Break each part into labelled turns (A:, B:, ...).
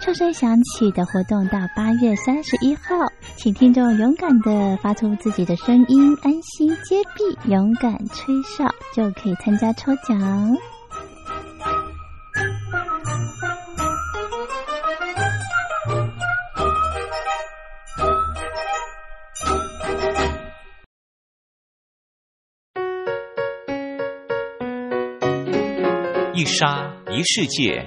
A: 哨声响起的活动到八月三十一号，请听众勇敢的发出自己的声音，安心接币，勇敢吹哨就可以参加抽奖。
B: 一沙一世界，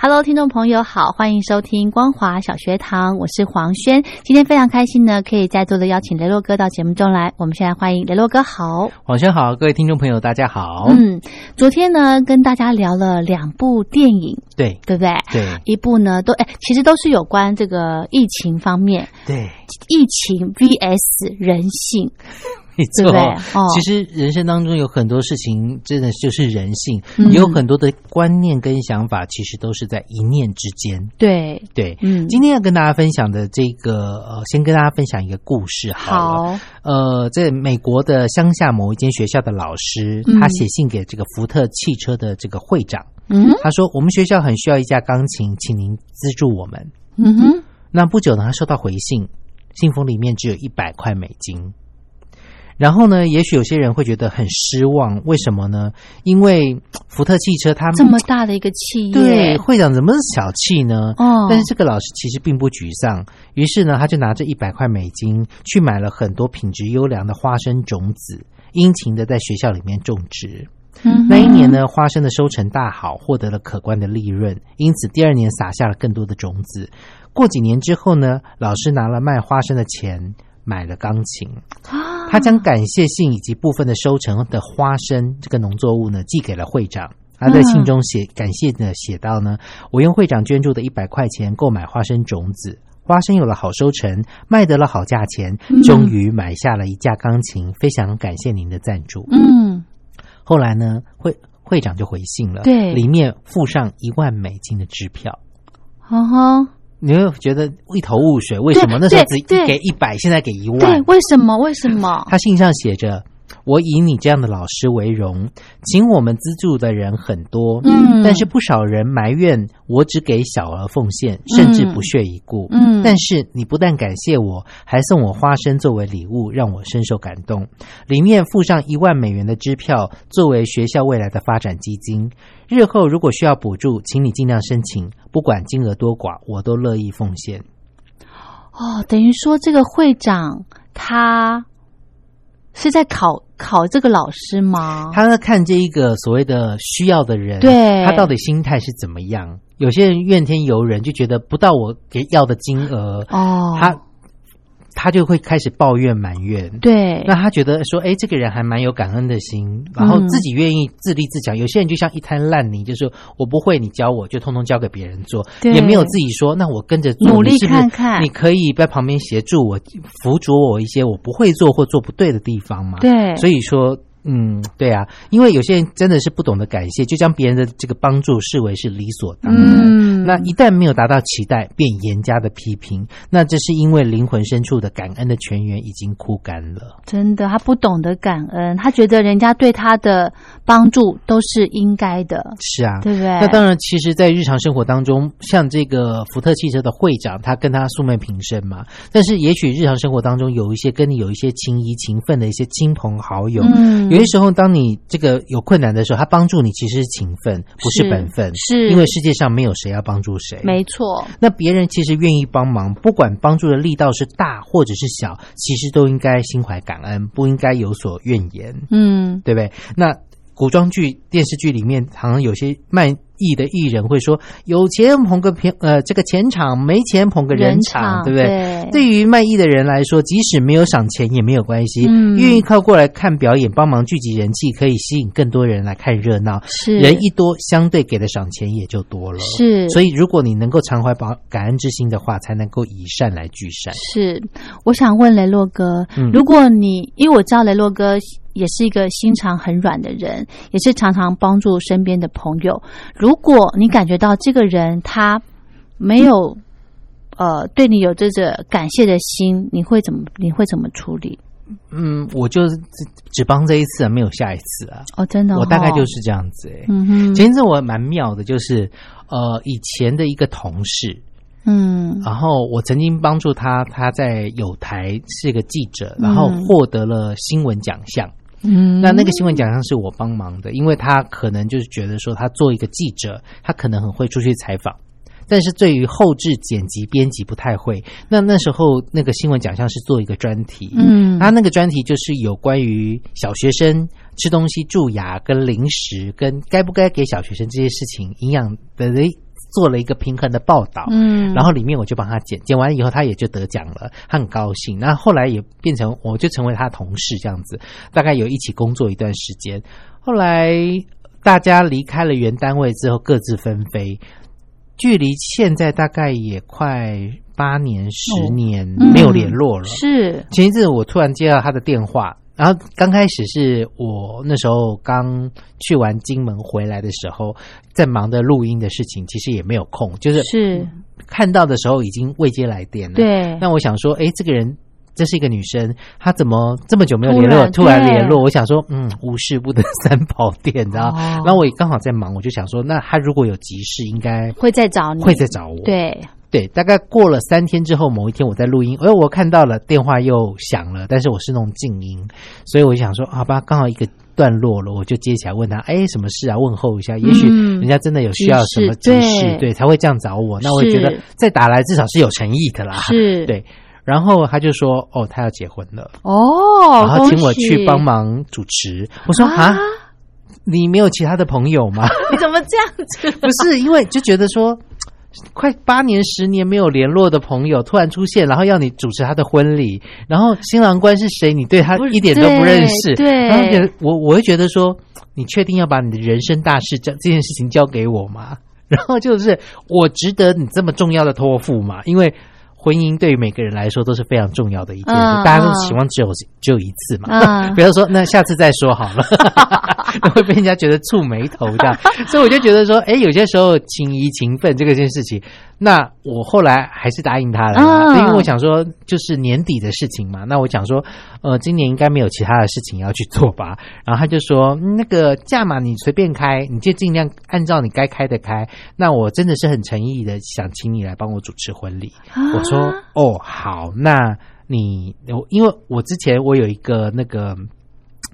A: Hello，听众朋友好，欢迎收听光华小学堂，我是黄轩。今天非常开心呢，可以再度的邀请雷洛哥到节目中来。我们现在欢迎雷洛哥好。
C: 晚上好，各位听众朋友，大家好。
A: 嗯，昨天呢跟大家聊了两部电影，
C: 对
A: 对不对？
C: 对
A: 一部呢都哎，其实都是有关这个疫情方面，
C: 对，
A: 疫情 VS 人性。
C: 没
A: 对不
C: 错。
A: 对哦
C: 其实人生当中有很多事情，真的就是人性，
A: 嗯
C: 也有很多的观念跟想法，其实都是在一念之间。
A: 对，
C: 对，
A: 嗯，
C: 今天要跟大家分享的这个，呃，先跟大家分享一个故事好了。
A: 好，
C: 呃，在美国的乡下某一间学校的老师，
A: 嗯
C: 他写信给这个福特汽车的这个会长，
A: 嗯
C: 他说：“我们学校很需要一架钢琴，请您资助我们。”
A: 嗯哼，
C: 那不久呢，他收到回信，信封里面只有一百块美金。然后呢，也许有些人会觉得很失望，为什么呢？因为嘖福特汽车他们
A: 这么大的一个企业，
C: 对会长怎么是小气呢？
A: 哦，
C: 但是这个老师其实并不沮丧，于是呢，他就拿着一百块美金去买了很多品质优良的花生种子，殷勤的在学校里面种植。
A: 嗯哼
C: 那一年，呢，花生的收成大好，获得了可观的利润，因此第二年撒下了更多的种子。过几年之后呢，老师拿了卖花生的钱买了钢琴，
A: 啊
C: 他将感谢信以及部分的收成的花生这个农作物呢寄给了会长。他在信中写感谢的写道呢，我用会长捐助的一百块钱购买花生种子。花生有了好收成，卖得了好价钱，
A: 嗯
C: 终于买下了一架钢琴。非常感谢您的赞助。
A: 嗯，
C: 后来呢，会会长就回信了，
A: 对
C: 里面附上一万美金的支票。
A: 哦吼，
C: 你会觉得一头雾水，为什么那时候只
A: 对
C: 给一百，现在给一
A: 对
C: 万，？
A: 为什么？为什么？
C: 他信上写着：“我以你这样的老师为荣，请我们资助的人很多，
A: 嗯
C: 但是不少人埋怨我只给小额奉献，甚至不屑一顾。
A: 嗯
C: 但是你不但感谢我，还送我花生作为礼物，让我深受感动。里面附上一万美元的支票，作为学校未来的发展基金。日后如果需要补助，请你尽量申请，不管金额多寡，我都乐意奉献。
A: 哦，等于说这个会长他是在考考这个老师吗？
C: 他在看这一个所谓的需要的人，
A: 对
C: 他到底心态是怎么样？有些人怨天尤人，就觉得不到我给要的金额，
A: 哦，
C: 他他就会开始抱怨埋怨。
A: 对，
C: 那他觉得说，哎，这个人还蛮有感恩的心，然后自己愿意自立自强。有些人就像一滩烂泥，就是我不会，你教我就通通交给别人做，
A: 对
C: 也没有自己说，那我跟着做，
A: 努力
C: 你是不是
A: 看看
C: 你可以在旁边协助我，辅佐我一些我不会做或做不对的地方嘛。
A: 对，
C: 所以说，嗯，对啊，因为有些人真的是不懂得感谢，就将别人的这个帮助视为是理所当然。
A: 嗯，
C: 那一旦没有达到期待，便严加的批评，那这是因为灵魂深处的感恩的泉源已经枯干了。
A: 真的，他不懂得感恩，他觉得人家对他的帮助都是应该的，
C: 是啊，
A: 对不对？
C: 那当然，其实，在日常生活当中，像这个福特汽车的会长，他跟他素昧平生嘛。但是，也许日常生活当中有一些跟你有一些情谊情分的一些亲朋好友，
A: 嗯
C: 有些时候，当你这个有困难的时候，他帮助你其实是情分，不是
A: 是
C: 本分，
A: 是
C: 因为世界上没有谁要帮助谁。
A: 没错，
C: 那别人其实愿意帮忙，不管帮助的力道是大或者是小，其实都应该心怀感恩，不应该有所怨言。
A: 嗯，
C: 对不对？那古装剧、电视剧里面，常常有些卖艺的艺人会说：“有钱捧个平，呃，这个钱场；没钱捧个人场，
A: 场
C: 对不对？”
A: 对
C: 对于卖艺的人来说，即使没有赏钱也没有关系，
A: 嗯
C: 愿意靠过来看表演，帮忙聚集人气，可以吸引更多人来看热闹。
A: 是
C: 人一多，相对给的赏钱也就多了。
A: 是，
C: 所以，如果你能够常怀保感恩之心的话，才能够以善来聚善。
A: 是，我想问雷洛哥，
C: 嗯
A: 如果你因为我知道雷洛哥也是一个心肠很软的人，也是常常帮助身边的朋友。如果你感觉到这个人他没有、呃对你有这个感谢的心，你会怎么你会怎么处理？
C: 嗯，我就只只帮这一次，没有下一次啊。
A: 哦，真的、
C: 我大概
A: 哦
C: 就是这样子、欸。
A: 嗯哼，
C: 前一阵我蛮妙的，就是呃，以前的一个同事，
A: 嗯
C: 然后我曾经帮助他，他在有台是个记者，
A: 嗯
C: 然后获得了新闻奖项。
A: 嗯，
C: 那那个新闻奖项是我帮忙的，因为他可能就是觉得说，他做一个记者，他可能很会出去采访。但是对于后置剪辑、编辑不太会。那那时候那个新闻奖项是做一个专题，
A: 嗯
C: 他那个专题就是有关于小学生吃东西蛀牙、跟零食、跟该不该给小学生这些事情，营养的做了一个平衡的报道。
A: 嗯，
C: 然后里面我就帮他剪，剪完以后他也就得奖了，他很高兴。那后来也变成我就成为他同事这样子，大概有一起工作一段时间。后来大家离开了原单位之后各自纷飞，距离现在大概也快八年、十年、
A: 嗯
C: 没有联络了。
A: 是
C: 前一阵我突然接到他的电话，然后刚开始是我那时候刚去完金门回来的时候，在忙着录音的事情，其实也没有空，就是
A: 是，
C: 看到的时候已经未接来电了。，
A: 对，
C: 那我想说，诶，这个人。这是一个女生，她怎么这么久没有联络？
A: 突
C: 突
A: 然
C: 然联络，
A: 对
C: 我想说，嗯，无事不登三宝殿，你知道？
A: 哦
C: 然后我也刚好在忙，我就想说，那她如果有急事，应该
A: 会再找你，
C: 会再找我。
A: 对，
C: 对，大概过了三天之后，某一天我在录音，哎，我看到了电话又响了，但是我是那种静音，所以我想说，啊好吧，刚好一个段落了，我就接起来问他，哎，什么事啊？问候一下，也许
A: 嗯
C: 人家真的有需要什么
A: 急
C: 急
A: 事
C: 事，
A: 对
C: 对才会这样找我。那我也觉得
A: 是
C: 再打来至少是有诚意的啦。
A: 是，
C: 对，然后他就说，哦，他要结婚了，
A: 哦，
C: 然后请
A: 恭
C: 我
A: 喜
C: 去帮。忙主持。我说啊，你没有其他的朋友吗？
A: 你怎么这样 子？
C: 不是因为就觉得说，快八年十年没有联络的朋友突然出现，然后要你主持他的婚礼，然后新郎官是谁，你对他
A: 不是
C: 一点都不认识，
A: 对对
C: 然后觉得我我会觉得说，你确定要把你的人生大事这这件事情交给我吗？ 然后就是我值得你这么重要的托付吗？因为。婚姻对于每个人来说都是非常重要的一件事，
A: 嗯
C: 大家都
A: 嗯
C: 期望只有只有一次嘛。
A: 嗯
C: 不要说那下次再说好了，那会被人家觉得触眉头这样。所以我就觉得说，哎，有些时候情谊情分这个件事情，那我后来还是答应他了啦，
A: 嗯
C: 因为我想说就是年底的事情嘛，那我想说，呃，今年应该没有其他的事情要去做吧。 然后他就说，嗯那个价码你随便开，你就尽量按照你该开的开。那我真的是很诚意的想请你来帮我主持婚礼。我说
A: 啊
C: 哦，好，那你我因为我之前我有一个那个嗯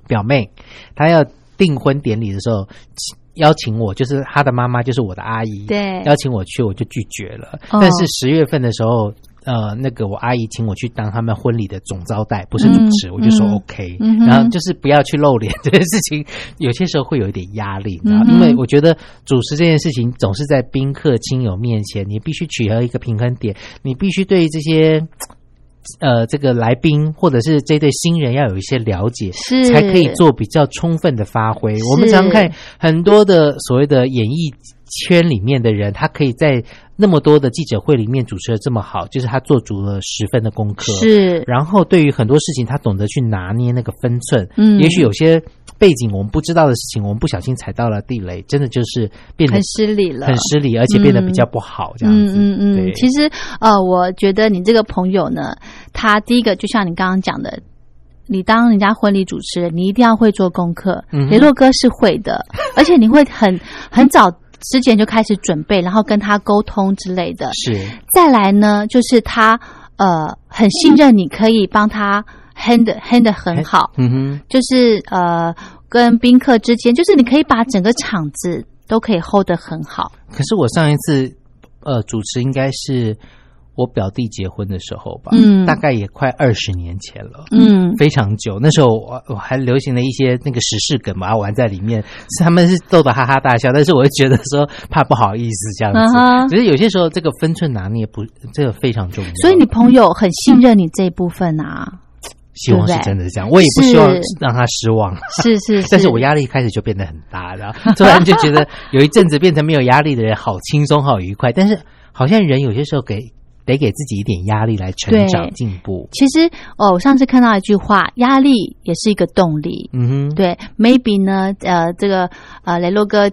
C: 表妹，她要订婚典礼的时候请邀请我，就是她的妈妈就是我的阿姨，
A: 对
C: 邀请我去，我就拒绝了。
A: 哦
C: 但是十月份的时候。呃，那个我阿姨请我去当他们婚礼的总招待，不是主持，
A: 嗯
C: 我就说
A: 嗯
C: OK、
A: 嗯哼
C: 然后就是不要去露脸 这件事情，有些时候会有一点压力，你知道
A: 嗯哼
C: 因为我觉得主持这件事情总是在宾客亲友面前，你必须取得一个平衡点，你必须对这些。呃这个来宾或者是这对新人要有一些了解，
A: 是
C: 才可以做比较充分的发挥。
A: 是
C: 我们常看很多的所谓的演艺圈里面的人，他可以在那么多的记者会里面主持的这么好，就是他做足了十分的功课。
A: 是
C: 然后对于很多事情，他懂得去拿捏那个分寸。
A: 嗯
C: 也许有些背景我们不知道的事情，我们不小心踩到了地雷，真的就是变得
A: 很失礼了，
C: 很失礼，而且变得比较不好这样
A: 嗯
C: 子。
A: 嗯嗯
C: 对，
A: 其实呃，我觉得你这个朋友呢，他第一个就像你刚刚讲的。你当人家婚礼主持人，你一定要会做功课。
C: 嗯哼
A: 雷洛哥是会的， 而且你会很很早之前就开始准备，然后跟他沟通之类的。
C: 是
A: 再来呢，就是他呃很信任你，可以帮他 handle handle 很好，
C: 嗯哼，
A: 就是呃跟宾客之间，就是你可以把整个场子都可以 hold 得很好。
C: 可是我上一次呃主持应该是我表弟结婚的时候吧，
A: 嗯
C: 大概也快二十年前了。
A: 嗯，
C: 非常久，那时候我我还流行了一些那个时事梗，把它玩在里面，是他们是逗得哈哈大笑，但是我会觉得说怕不好意思这样子。
A: 嗯哼
C: 只是有些时候这个分寸拿捏不，这个非常重要。
A: 所以你朋友很信任你这一部分啊，
C: 希望是
A: 对不对
C: 真的是这样，我也不希望
A: 是
C: 让他失望。
A: 是是是。
C: 但是我压力开始就变得很大，然后突然就 觉得有一阵子变成没有压力的人，好轻松，好愉快。但是好像人有些时候给得给自己一点压力来成长
A: 对
C: 进步。
A: 其实哦，我上次看到一句话，压力也是一个动力。
C: 嗯哼，
A: 对，maybe 呢，呃，这个呃，雷洛哥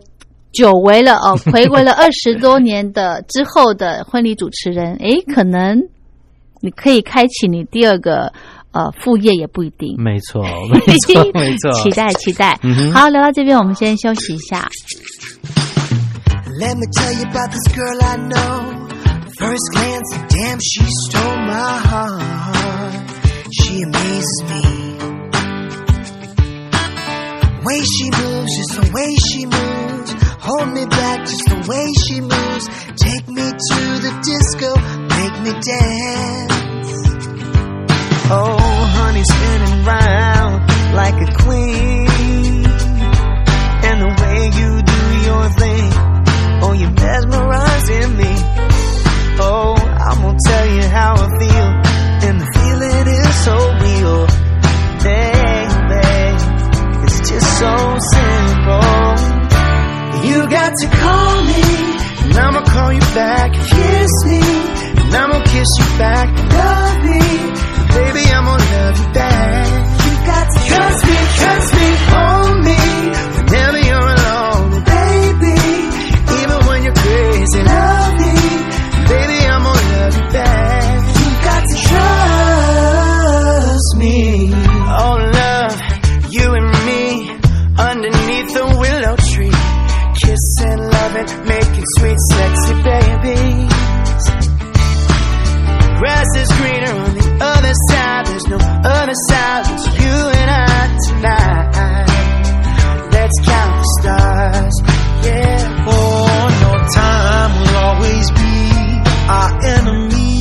A: 久违了哦，回归了二十多年的之后的婚礼主持人，诶，可能你可以开启你第二个呃副业，也不一定。
C: 没错，嗯没错，没错。
A: 期待期待。
C: 嗯哼
A: 好，聊到这边，我们先休息一下。啊
D: Let me tell you about this girl I know. First glance, damn, she stole my heart. She amazes me. Way she moves, just the way she moves. Hold me back, just the way she moves. Take me to the disco, make me dance. Oh, honey, spinning round like a queen. And the way you do your thing. Oh, you're mesmerizing me. Oh, I'm gonna tell you how I feel. And the feeling is so real. Baby, it's just so simple. You got to call me, and I'ma call you back. Kiss me, and I'ma kiss you back. Love me, baby, I'm gonna love you back. You got to trust me, trust me, hold me. Whenever you're alone, baby. Even when you're crazy, love me. Baby, I'm gonna love you back. You got to trust me. Oh, love, you and me underneath the willow tree. Kiss and love it, make it sweet, sexy, baby. Grass is greener on the other side. There's no other side. It's you and I tonight. Let's count the stars. Yeah. Oh, no time will always be our enemy.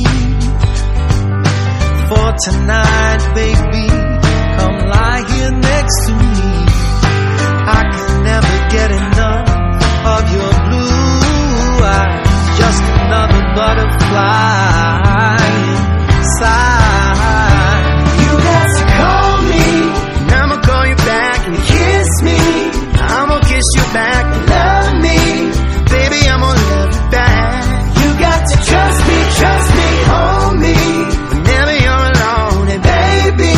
D: For tonight, baby, come lie here next to me. I can never get enough of your blue eyes. Just another butterfly inside. You got to call me, and I'ma call you back and kiss me. I'ma kiss you back and love me. Baby, I'm gonna love you back. You got to trust me, trust me, hold me. Whenever you're alone, and baby,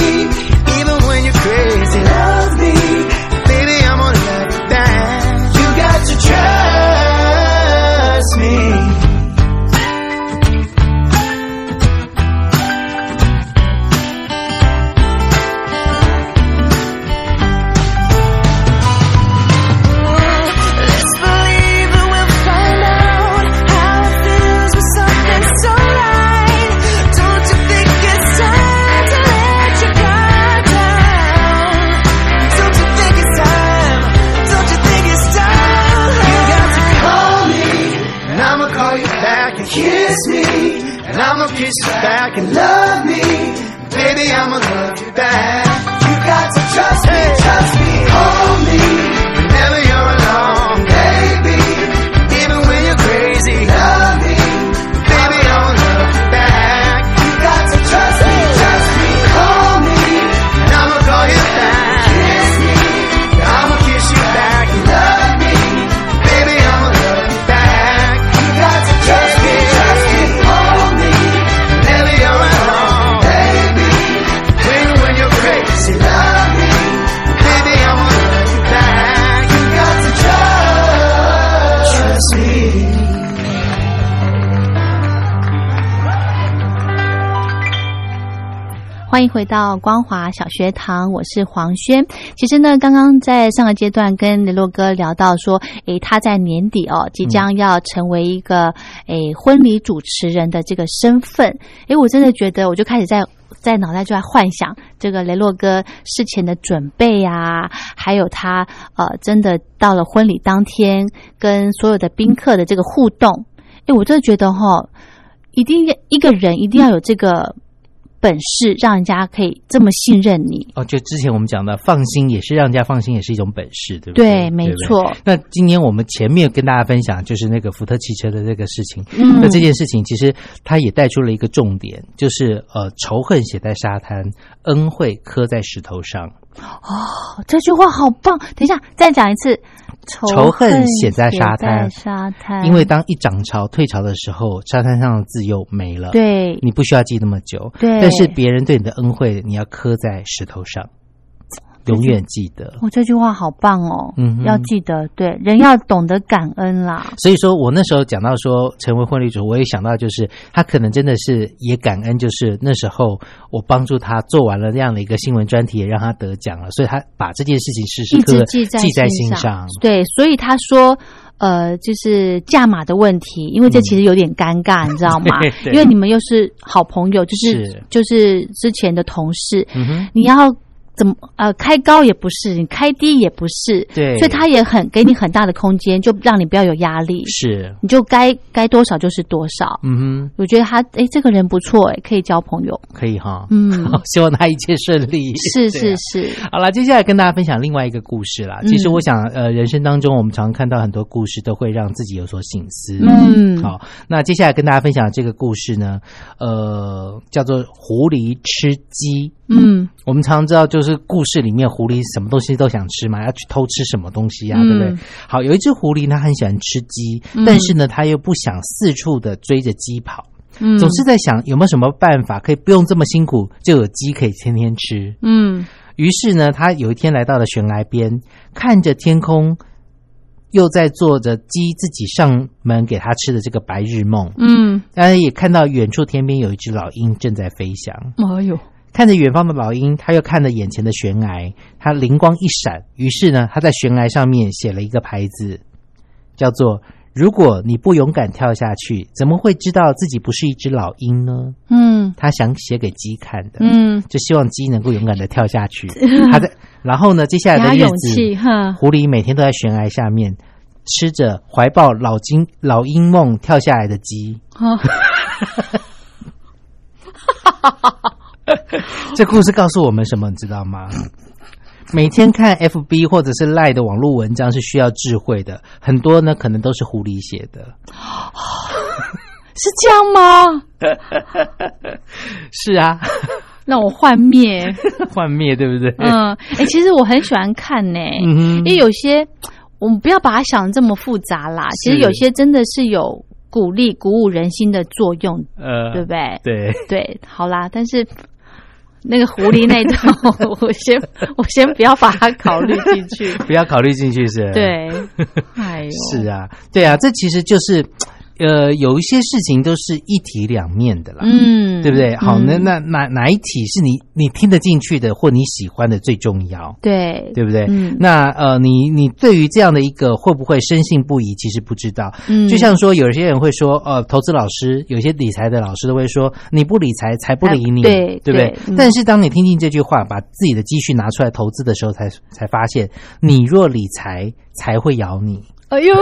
D: even when you're crazy, love me. Baby, I'm gonna love you back. You got to trust me.
E: Let's believe that we'll find out how it feels with something so right. Don't you think it's time to let your guard down? Don't you think it's time? Don't you think it's time? You got to
D: call me, and I'ma call you back and kiss me, and I'ma kiss you back and love me. Baby, I'ma love you back. You got to trust me, trust me, hold me. Whenever you're alone, baby, even when you're crazy, love me. Baby, I'ma love you back. You got to trust me,
A: 欢迎回到光华小学堂，我是黄轩。其实呢，刚刚在上个阶段跟雷洛哥聊到说，诶，他在年底哦，即将要成为一个诶婚礼主持人的这个身份。诶，我真的觉得，我就开始在。在脑袋就在幻想这个雷洛哥事前的准备啊，还有他呃，真的到了婚礼当天跟所有的宾客的这个互动，诶，哎我真的觉得哈、一定要一个人一定要有这个本事，让人家可以这么信任你。
C: 哦，就之前我们讲的放心，也是让人家放心，也是一种本事，对不
A: 对，
C: 对？
A: 没
C: 对不对。
A: 错，
C: 那今天我们前面跟大家分享就是那个福特汽车的这个事情，
A: 嗯
C: 那这件事情其实它也带出了一个重点，就是呃，仇恨写在沙滩，恩惠刻在石头上，
A: 哦这句话好棒。等一下，再讲一次，仇
C: 仇恨写在沙滩
A: 写在沙滩，
C: 因为当一涨潮退潮的时候，沙滩上的自由没了，，
A: 对
C: 你不需要记那么久，
A: 对
C: 但是别人对你的恩惠，你要刻在石头上，永远记得。
A: 我、哦、这句话好棒哦，
C: 嗯哼
A: 要记得，对人要懂得感恩啦。
C: 所以说我那时候讲到说成为婚礼主，我也想到就是他可能真的是也感恩，就是那时候我帮助他做完了这样的一个新闻专题，也让他得奖了，所以他把这件事情时时
A: 一
C: 刻
A: 直
C: 刻
A: 记在
C: 记在
A: 心
C: 心
A: 上
C: 上。
A: 对，所以他说。呃，就是价码的问题，因为这其实有点尴尬，你知道吗
C: 对？嗯 对
A: 因为你们又是好朋友，就是
C: 是
A: 就是之前的同事，
C: 嗯哼，
A: 你要怎么呃开高也不是，你开低也不是，
C: 对
A: 所以他也很给你很大的空间，就让你不要有压力，
C: 是，
A: 你就该该多少就是多少。
C: 嗯
A: 我觉得他诶，这个人不错哎诶，可以交朋友。
C: 哼，可以哈。
A: 嗯，
C: 好， 希望他一切顺利。
A: 是
C: 对
A: 是
C: 啊
A: 是，
C: 好了，接下来跟大家分享另外一个故事啦。
A: 嗯
C: 其实我想，呃，人生当中我们常看到很多故事，都会让自己有所醒思。
A: 嗯
C: 好，那接下来跟大家分享的这个故事呢，呃，叫做《狐狸吃鸡》。
A: 嗯
C: 我们常知道，就是故事里面狐狸什么东西都想吃嘛，要去偷吃什么东西呀、
A: 嗯
C: 对不对？好，有一只狐狸，它很喜欢吃鸡，
A: 嗯
C: 但是呢，它又不想四处的追着鸡跑，
A: 嗯，
C: 总是在想有没有什么办法可以不用这么辛苦，就有鸡可以天天吃。
A: 嗯
C: 于是呢，他有一天来到了悬崖边，看着天空，又在做着鸡自己上门给他吃的这个白日梦。
A: 嗯，
C: 当然也看到远处天边有一只老鹰正在飞翔，
A: 哎呦，
C: 看着远方的老鹰，他又看着眼前的悬崖，他灵光一闪，于是呢，他在悬崖上面写了一个牌子，叫做“如果你不勇敢跳下去，怎么会知道自己不是一只老鹰呢
A: 嗯？”
C: 他想写给鸡看的。
A: 嗯，
C: 就希望鸡能够勇敢的跳 下去。他在，然后呢，接下
A: 给
C: 来
A: 他
C: 的日
A: 勇气
C: 子，
A: 哈。
C: 狐狸每天都在悬崖下面吃着怀抱老金老鹰梦跳下来的 鸡。
A: 哦，
C: 这故事告诉我们什么，你知道吗？每天看 FB 或者是 Line 的网络文章是需要智慧的，很多呢可能都是狐狸写的。
A: 是这样吗？
C: 是啊，
A: 让我幻灭。
C: 幻灭对 不对？
A: 嗯，哎、其实我很喜欢看呢、
C: 嗯哼
A: 因为有些我们不要把它想得这么复杂啦。其实有些真的是有鼓励、鼓舞人心的作用，
C: 呃，
A: 对不对？
C: 对。
A: 对，好啦，但是。那个狐狸那一段， 我先我先不要把它考虑进去。
C: 不要考虑进去是？。
A: 对，哎呦，
C: 是啊，对啊，这其实就是，呃，有一些事情都是一体两面的啦，
A: 嗯，
C: 啊对不对？好，那
A: 嗯
C: 那哪哪一体是你你听得进去的或你喜欢的最重要，
A: 对
C: 对不对？
A: 嗯
C: 那呃，你你对于这样的一个会不会深信不疑，其实不知道。
A: 嗯
C: 就像说，有些人会说，呃，投资老师，有些理财的老师都会说，你不理财，财不理你，
A: 啊对
C: 对不对
A: 对？嗯
C: 但是当你听进这句话，把自己的积蓄拿出来投资的时候才才发现，你若理财，财会咬你。
A: 哎呦，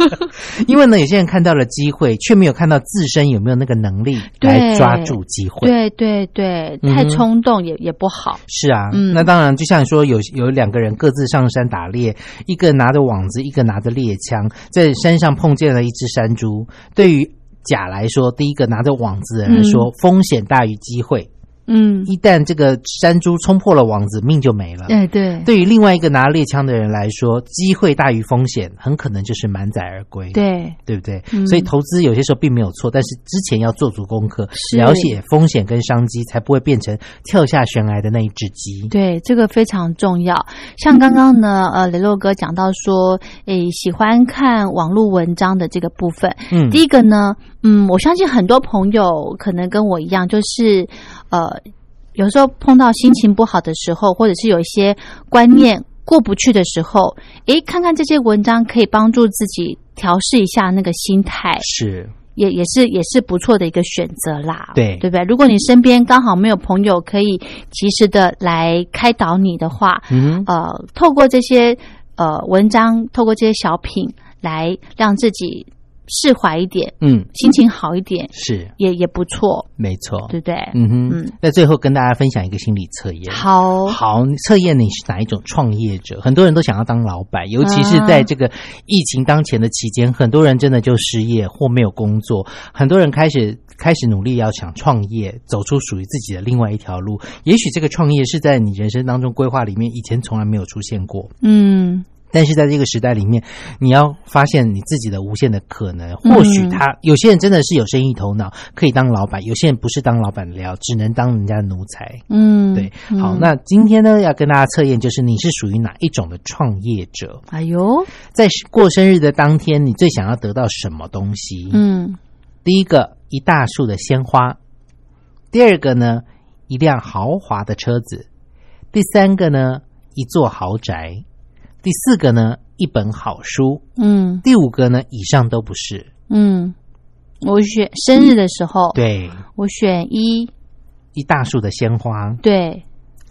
C: 因为呢，有些人看到了机会，却没有看到自身有没有那个能力
A: 对
C: 来抓住机 会。
A: 对对对，太
C: 嗯哼
A: 冲动也也不好。
C: 是啊，
A: 嗯
C: 那当然，就像说有有两个人各自上山打猎，一个拿着网子，一个拿着猎枪，在山上碰见了一只山猪。对于甲来说，第一个拿着网子的人来说，风险大于机会。
A: 嗯，
C: 一旦这个山猪冲破了网子，命就没了。
A: 哎对
C: 对于另外一个拿猎枪的人来说，机会大于风险，很可能就是满载而归。
A: 对，
C: 对不对？
A: 嗯
C: 所以投资有些时候并没有错，但是之前要做足功课，
A: 是
C: 了解风险跟商机，才不会变成跳下悬崖的那一只鸡。
A: 对，这个非常重要。像刚刚呢，呃，雷洛哥讲到说，诶，喜欢看网络文章的这个部分。
C: 嗯
A: 第一个呢，嗯，我相信很多朋友可能跟我一样，就是呃，有时候碰到心情不好的时候，或者是有一些观念过不去的时候，诶，看看这些文章可以帮助自己调试一下那个心态，
C: 是
A: 也也是也是不错的一个选择啦。
C: 对
A: 对不对？如果你身边刚好没有朋友可以及时的来开导你的话，
C: 嗯哼
A: 呃，透过这些呃文章，透过这些小品来让自己释怀一点，
C: 嗯
A: 心情好一点，
C: 是
A: 也也不错，
C: 没错，
A: 对不对？
C: 嗯哼
A: 嗯。
C: 那最后跟大家分享一个心理测验，
A: 好，
C: 好，测验你是哪一种创业者？很多人都想要当老板，尤其是在这个疫情当前的期间，很多人真的就失业或没有工作，很多人开始开始努力要想创业，走出属于自己的另外一条路。也许这个创业是在你人生当中规划里面以前从来没有出现过。
A: 嗯，
C: 但是在这个时代里面，你要发现你自己的无限的可能。或许他、有些人真的是有生意头脑，可以当老板；有些人不是当老板的料，只能当人家的奴才。
A: 嗯，
C: 对，好，
A: 嗯
C: 那今天呢要跟大家测验，就是你是属于哪一种的创业者？
A: 哎呦，
C: 在过生日的当天，你最想要得到什么东西？，
A: 嗯，
C: 第一个一大束的鲜花，第二个呢一辆豪华的车子，第三个呢一座豪宅，第四个呢一本好书，
A: 嗯
C: 第五个呢以上都不是。
A: 嗯，我选生日的时候，，
C: 对，
A: 我选一，
C: 一大束的鲜花。
A: 对，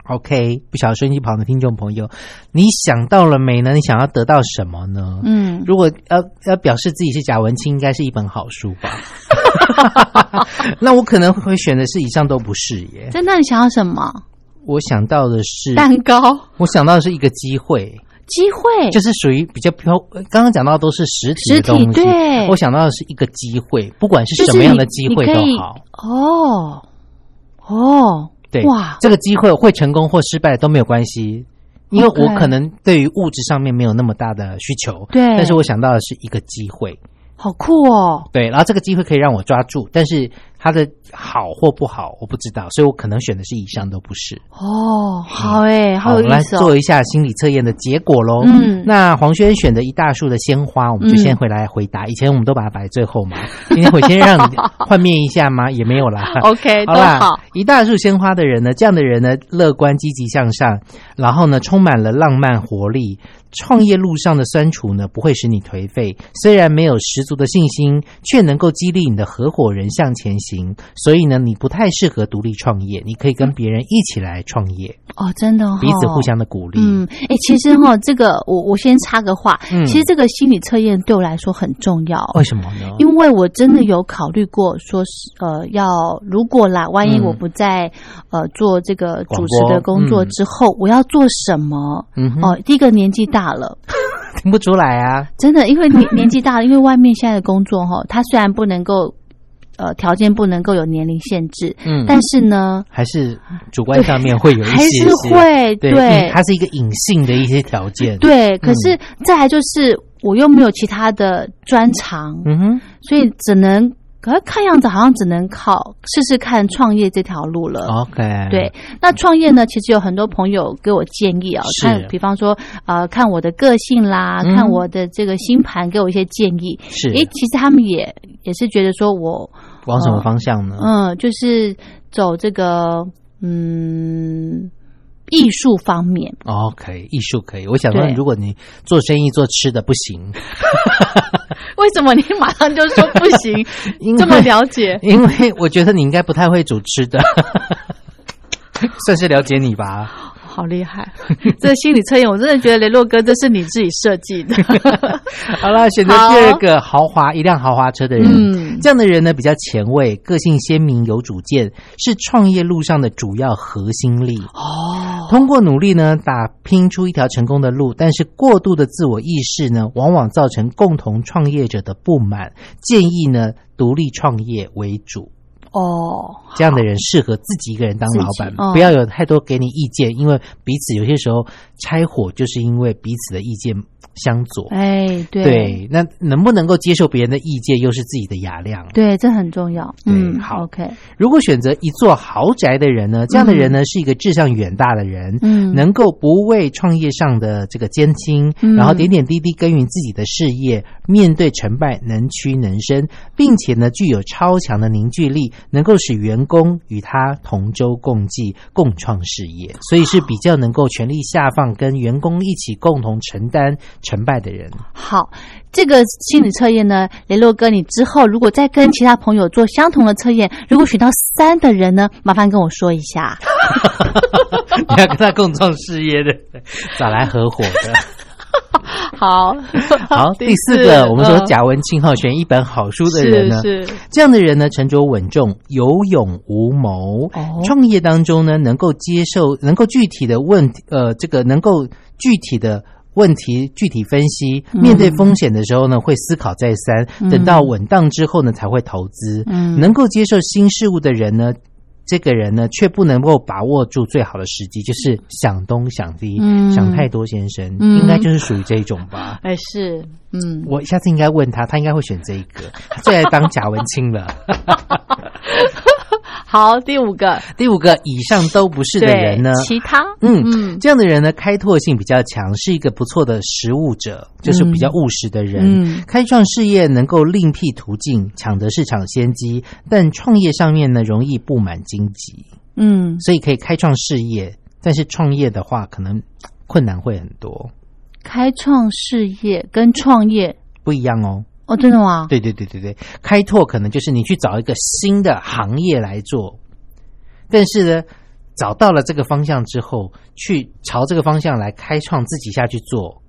C: OK，不晓得收音机旁的听众朋友，你想到了没呢？你想要得到什么呢？
A: 嗯，
C: 如果要要表示自己是贾文清，应该是一本好书吧？那我可能会选的是以上都不是耶。
A: 真的你想要什么？
C: 我想到的是，
A: 蛋糕
C: 我想到的是一个机会，
A: 机会，
C: 就是属于比较飘。呃刚刚讲到都是实体的
A: 实体
C: 东西，
A: 对
C: 我想到的是一个机会，不管是
A: 就是
C: 什么样
A: 你
C: 的机
A: 你
C: 会
A: 可
C: 都
A: 以
C: 好。
A: 哦哦，
C: 对，
A: 哇，
C: 这个机会会成功或失败都没有关系，因为
A: OK
C: 我可能对于物质上面没有那么大的需求，
A: 对
C: 但是我想到的是一个机会，
A: 好酷哦，
C: 对，然后这个机会可以让我抓住，但是它的好或不好我不知道，所以我可能选的是以上都不是。
A: 哦，好哎，好有
C: 嗯我们来
A: 意思哦
C: 做，一下心理测验的结果喽。
A: 嗯
C: 那黄轩选的一大束的鲜花，我们就先回来回答。以前我们都把它摆最后嘛，今天我先让 你幻灭一下吗？也没有啦。
A: OK，
C: 好
A: 哎都
C: 啦，
A: 好，
C: 一大束鲜花的人呢，这样的人呢，乐观、积极向上，然后呢，充满了浪漫活力。创业路上的酸楚呢，不会使你颓废。虽然没有十足的信心，却能够激励你的合伙人向前行。所以呢，你不太适合独立创业，你可以跟别人一起来创业，
A: 哦，真的哦，
C: 彼此互相的鼓励。
A: 嗯，哎、其实哈，这个我我先插个话，
C: 嗯哦
A: 其实这个心理测验对我来说很重要，
C: 为什么呢？
A: 因为我真
C: 嗯
A: 的有考虑过，说是呃，要如果啦，万
C: 嗯
A: 一我不在、呃做这个主持的工作之后，我要做什么？
C: 嗯哼，
A: 哦、第一个年纪大了，
C: 听不出来啊。
A: 真的，因为 年年纪大了，因为外面现在的工作哈，它虽然不能够呃条件不能够有年龄限制，
C: 嗯，
A: 但是呢，
C: 还是主观上面会有一些
A: 还是会
C: 对，
A: 对
C: 嗯它是嗯一个隐性的一些条件。，
A: 对，可是再来就是我又没有其他的专长，
C: 嗯哼。
A: 所以只能，可是看样子好像只能靠试试看创业这条路了。
C: 哦 OK，
A: 对，那创业呢？其实有很多朋友给我建议啊、
C: 是
A: 看，比方说，呃，看我的个性啦，
C: 嗯
A: 看我的这个星盘，给我一些建议。
C: 是
A: 诶，其实他们也也是觉得说我，
C: 往什么方向呢？
A: 嗯，就是走这个，嗯，艺术方面。
C: 哦，可以，艺术可以。我想说
A: 对，
C: 如果你做生意做吃的不 行，
A: 为什么你马上就说不 行
C: 因？为
A: 这么了解？
C: 因为我觉得你应该不太会煮吃的， 算是了解你吧。
A: 好厉害！这心理测验，我真的觉得雷洛哥这是你自己设计 的。
C: 好啦，选择
A: 好
C: 第二个豪华一辆豪华车的人，
A: 嗯
C: 这样的人呢比较前卫，个性鲜明，有主见，是创业路上的主要核心力。
A: 哦，
C: 通过努力呢，打拼出一条成功的路，但是过度的自我意识呢，往往造成共同创业者的不满。建议呢，独立创业为主，
A: 哦，
C: 这样的人适合自己一个人当老板
A: 自己，哦
C: 不要有太多给你意见，因为彼此有些时候拆伙，就是因为彼此的意见相左。
A: 哎，对
C: 对，那能不能够接受别人的意见，又是自己的雅量。
A: 对这很重要。
C: 对
A: 嗯，
C: 好
A: ，OK，
C: 如果选择一座豪宅的人呢，这样的人呢、是一个志向远大的人，
A: 嗯
C: 能够不畏创业上的这个艰辛，
A: 嗯
C: 然后点点滴滴耕耘自己的事业，面对成败能屈能伸，并且呢具有超强的凝聚力，能够使员工与他同舟共济，共创事业，所以是比较能够全力下放，跟员工一起共同承担成败 的人。
A: 好，这个心理测验呢，雷洛哥，你之后如果再跟其他朋友做相同的测验，如果选到三的人呢，麻烦跟我说一下。
C: 你要跟他共创事业的，找来合伙的。
A: 好，
C: 好，第四个，我们说贾文清哈，选一本好书的人呢，
A: 嗯是
C: 这样的人呢，沉着稳重，有勇无谋，
A: 哦
C: 创业当中呢，能够接受，能够具体的问题，呃，这个能够具体的。问题具体分析，
A: 嗯
C: 面对风险的时候呢，会思考再三，等到稳当之后呢，才会投资。
A: 嗯
C: 能够接受新事物的人呢，这个人呢，却不能够把握住最好的时机，就是想东想西，
A: 嗯
C: 想太多先生，
A: 嗯
C: 应该就是属于这一种吧。
A: 哎是，嗯，
C: 我下次应该问他，他应该会选这一个， 他最爱当贾文清了。
A: 好，第五个
C: 第五个，以上都不是的人呢，
A: 其他，
C: 嗯
A: 嗯
C: 这样的人呢，开拓性比较强，是一个不错的食物者，就是比较务实的人。
A: 嗯
C: 开创事业能够另辟途径，抢得市场先机，但创业上面呢，容易布满荆棘，
A: 嗯，
C: 所以可以开创事业，但是创业的话，可能困难会很多，
A: 开创事业跟创业，
C: 不一样哦。
A: 哦，真的吗？
C: 对对对对对，开拓可能就是你去找一个新的行业来做，但是呢，找到了这个方向之后，去朝这个方向来开创自己下去做，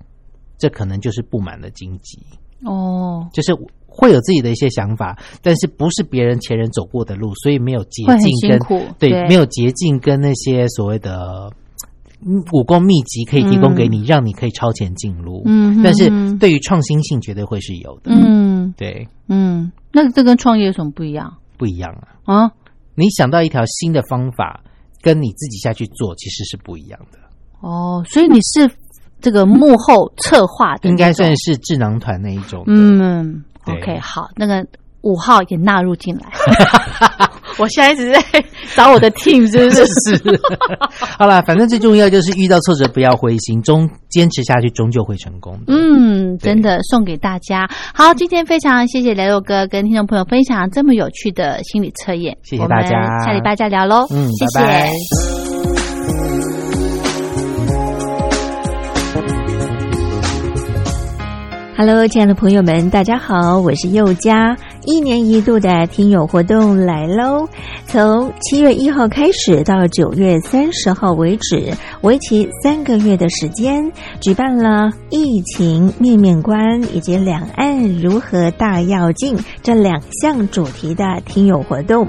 C: 这可能就是布满了荆棘，
A: 哦，
C: 就是会有自己的一些想法，但是不是别人前人走过的路，所以没有捷
A: 会很
C: 径
A: 辛
C: 跟
A: 苦
C: 对
A: 对
C: 没有捷径跟那些所谓的。嗯武功秘籍可以提供给你，让你可以超前进入。
A: 嗯哼
C: 但是
A: 哼
C: 对于创新性绝对会是有的。
A: 嗯
C: 对，
A: 嗯，那这跟创业有什么不一样
C: 不一样啊。
A: 啊？
C: 你想到一条新的方法，跟你自己下去做其实是不一样的，
A: 哦，所以你是这个幕后策划的那种，
C: 应该算是智囊团那一种。
A: 嗯
C: 对
A: ，OK，好，那个五号也纳入 进来。我现在一直在找我的 team，是不是？
C: 是，好啦，反正最重要就是遇到挫折不要灰心，终坚持下去，终究会成功的。
A: 嗯，真的送给大家。好，今天非常谢谢雷洛哥跟听众朋友分享这么有趣的心理测验，
C: 谢谢大家
A: 我们下礼拜再聊喽。
C: 嗯
A: 谢谢。
C: 拜拜
F: ，Hello，亲爱的朋友们，大家好，我是佑佳。一年一度的听友活动来喽！从七月一号开始到九月三十号为止，为期三个月的时间，举办了“疫情面面观”以及“两岸如何大要进”这两项主题的听友活动。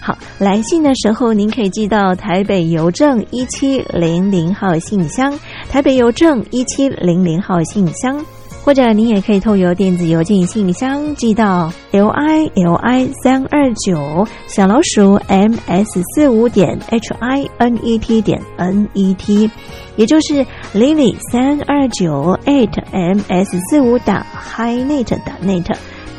F: 好，来信的时候您可以寄到台北邮政一七零零号信箱，台北邮政一七零零号信箱。或者您也可以透邮电子邮件信箱寄到 l i l i 三二九小老鼠 m s 四五点 h i n e t 点 n e t，也就是 lily E 三二九 at m s 四五打 hinet 打 net。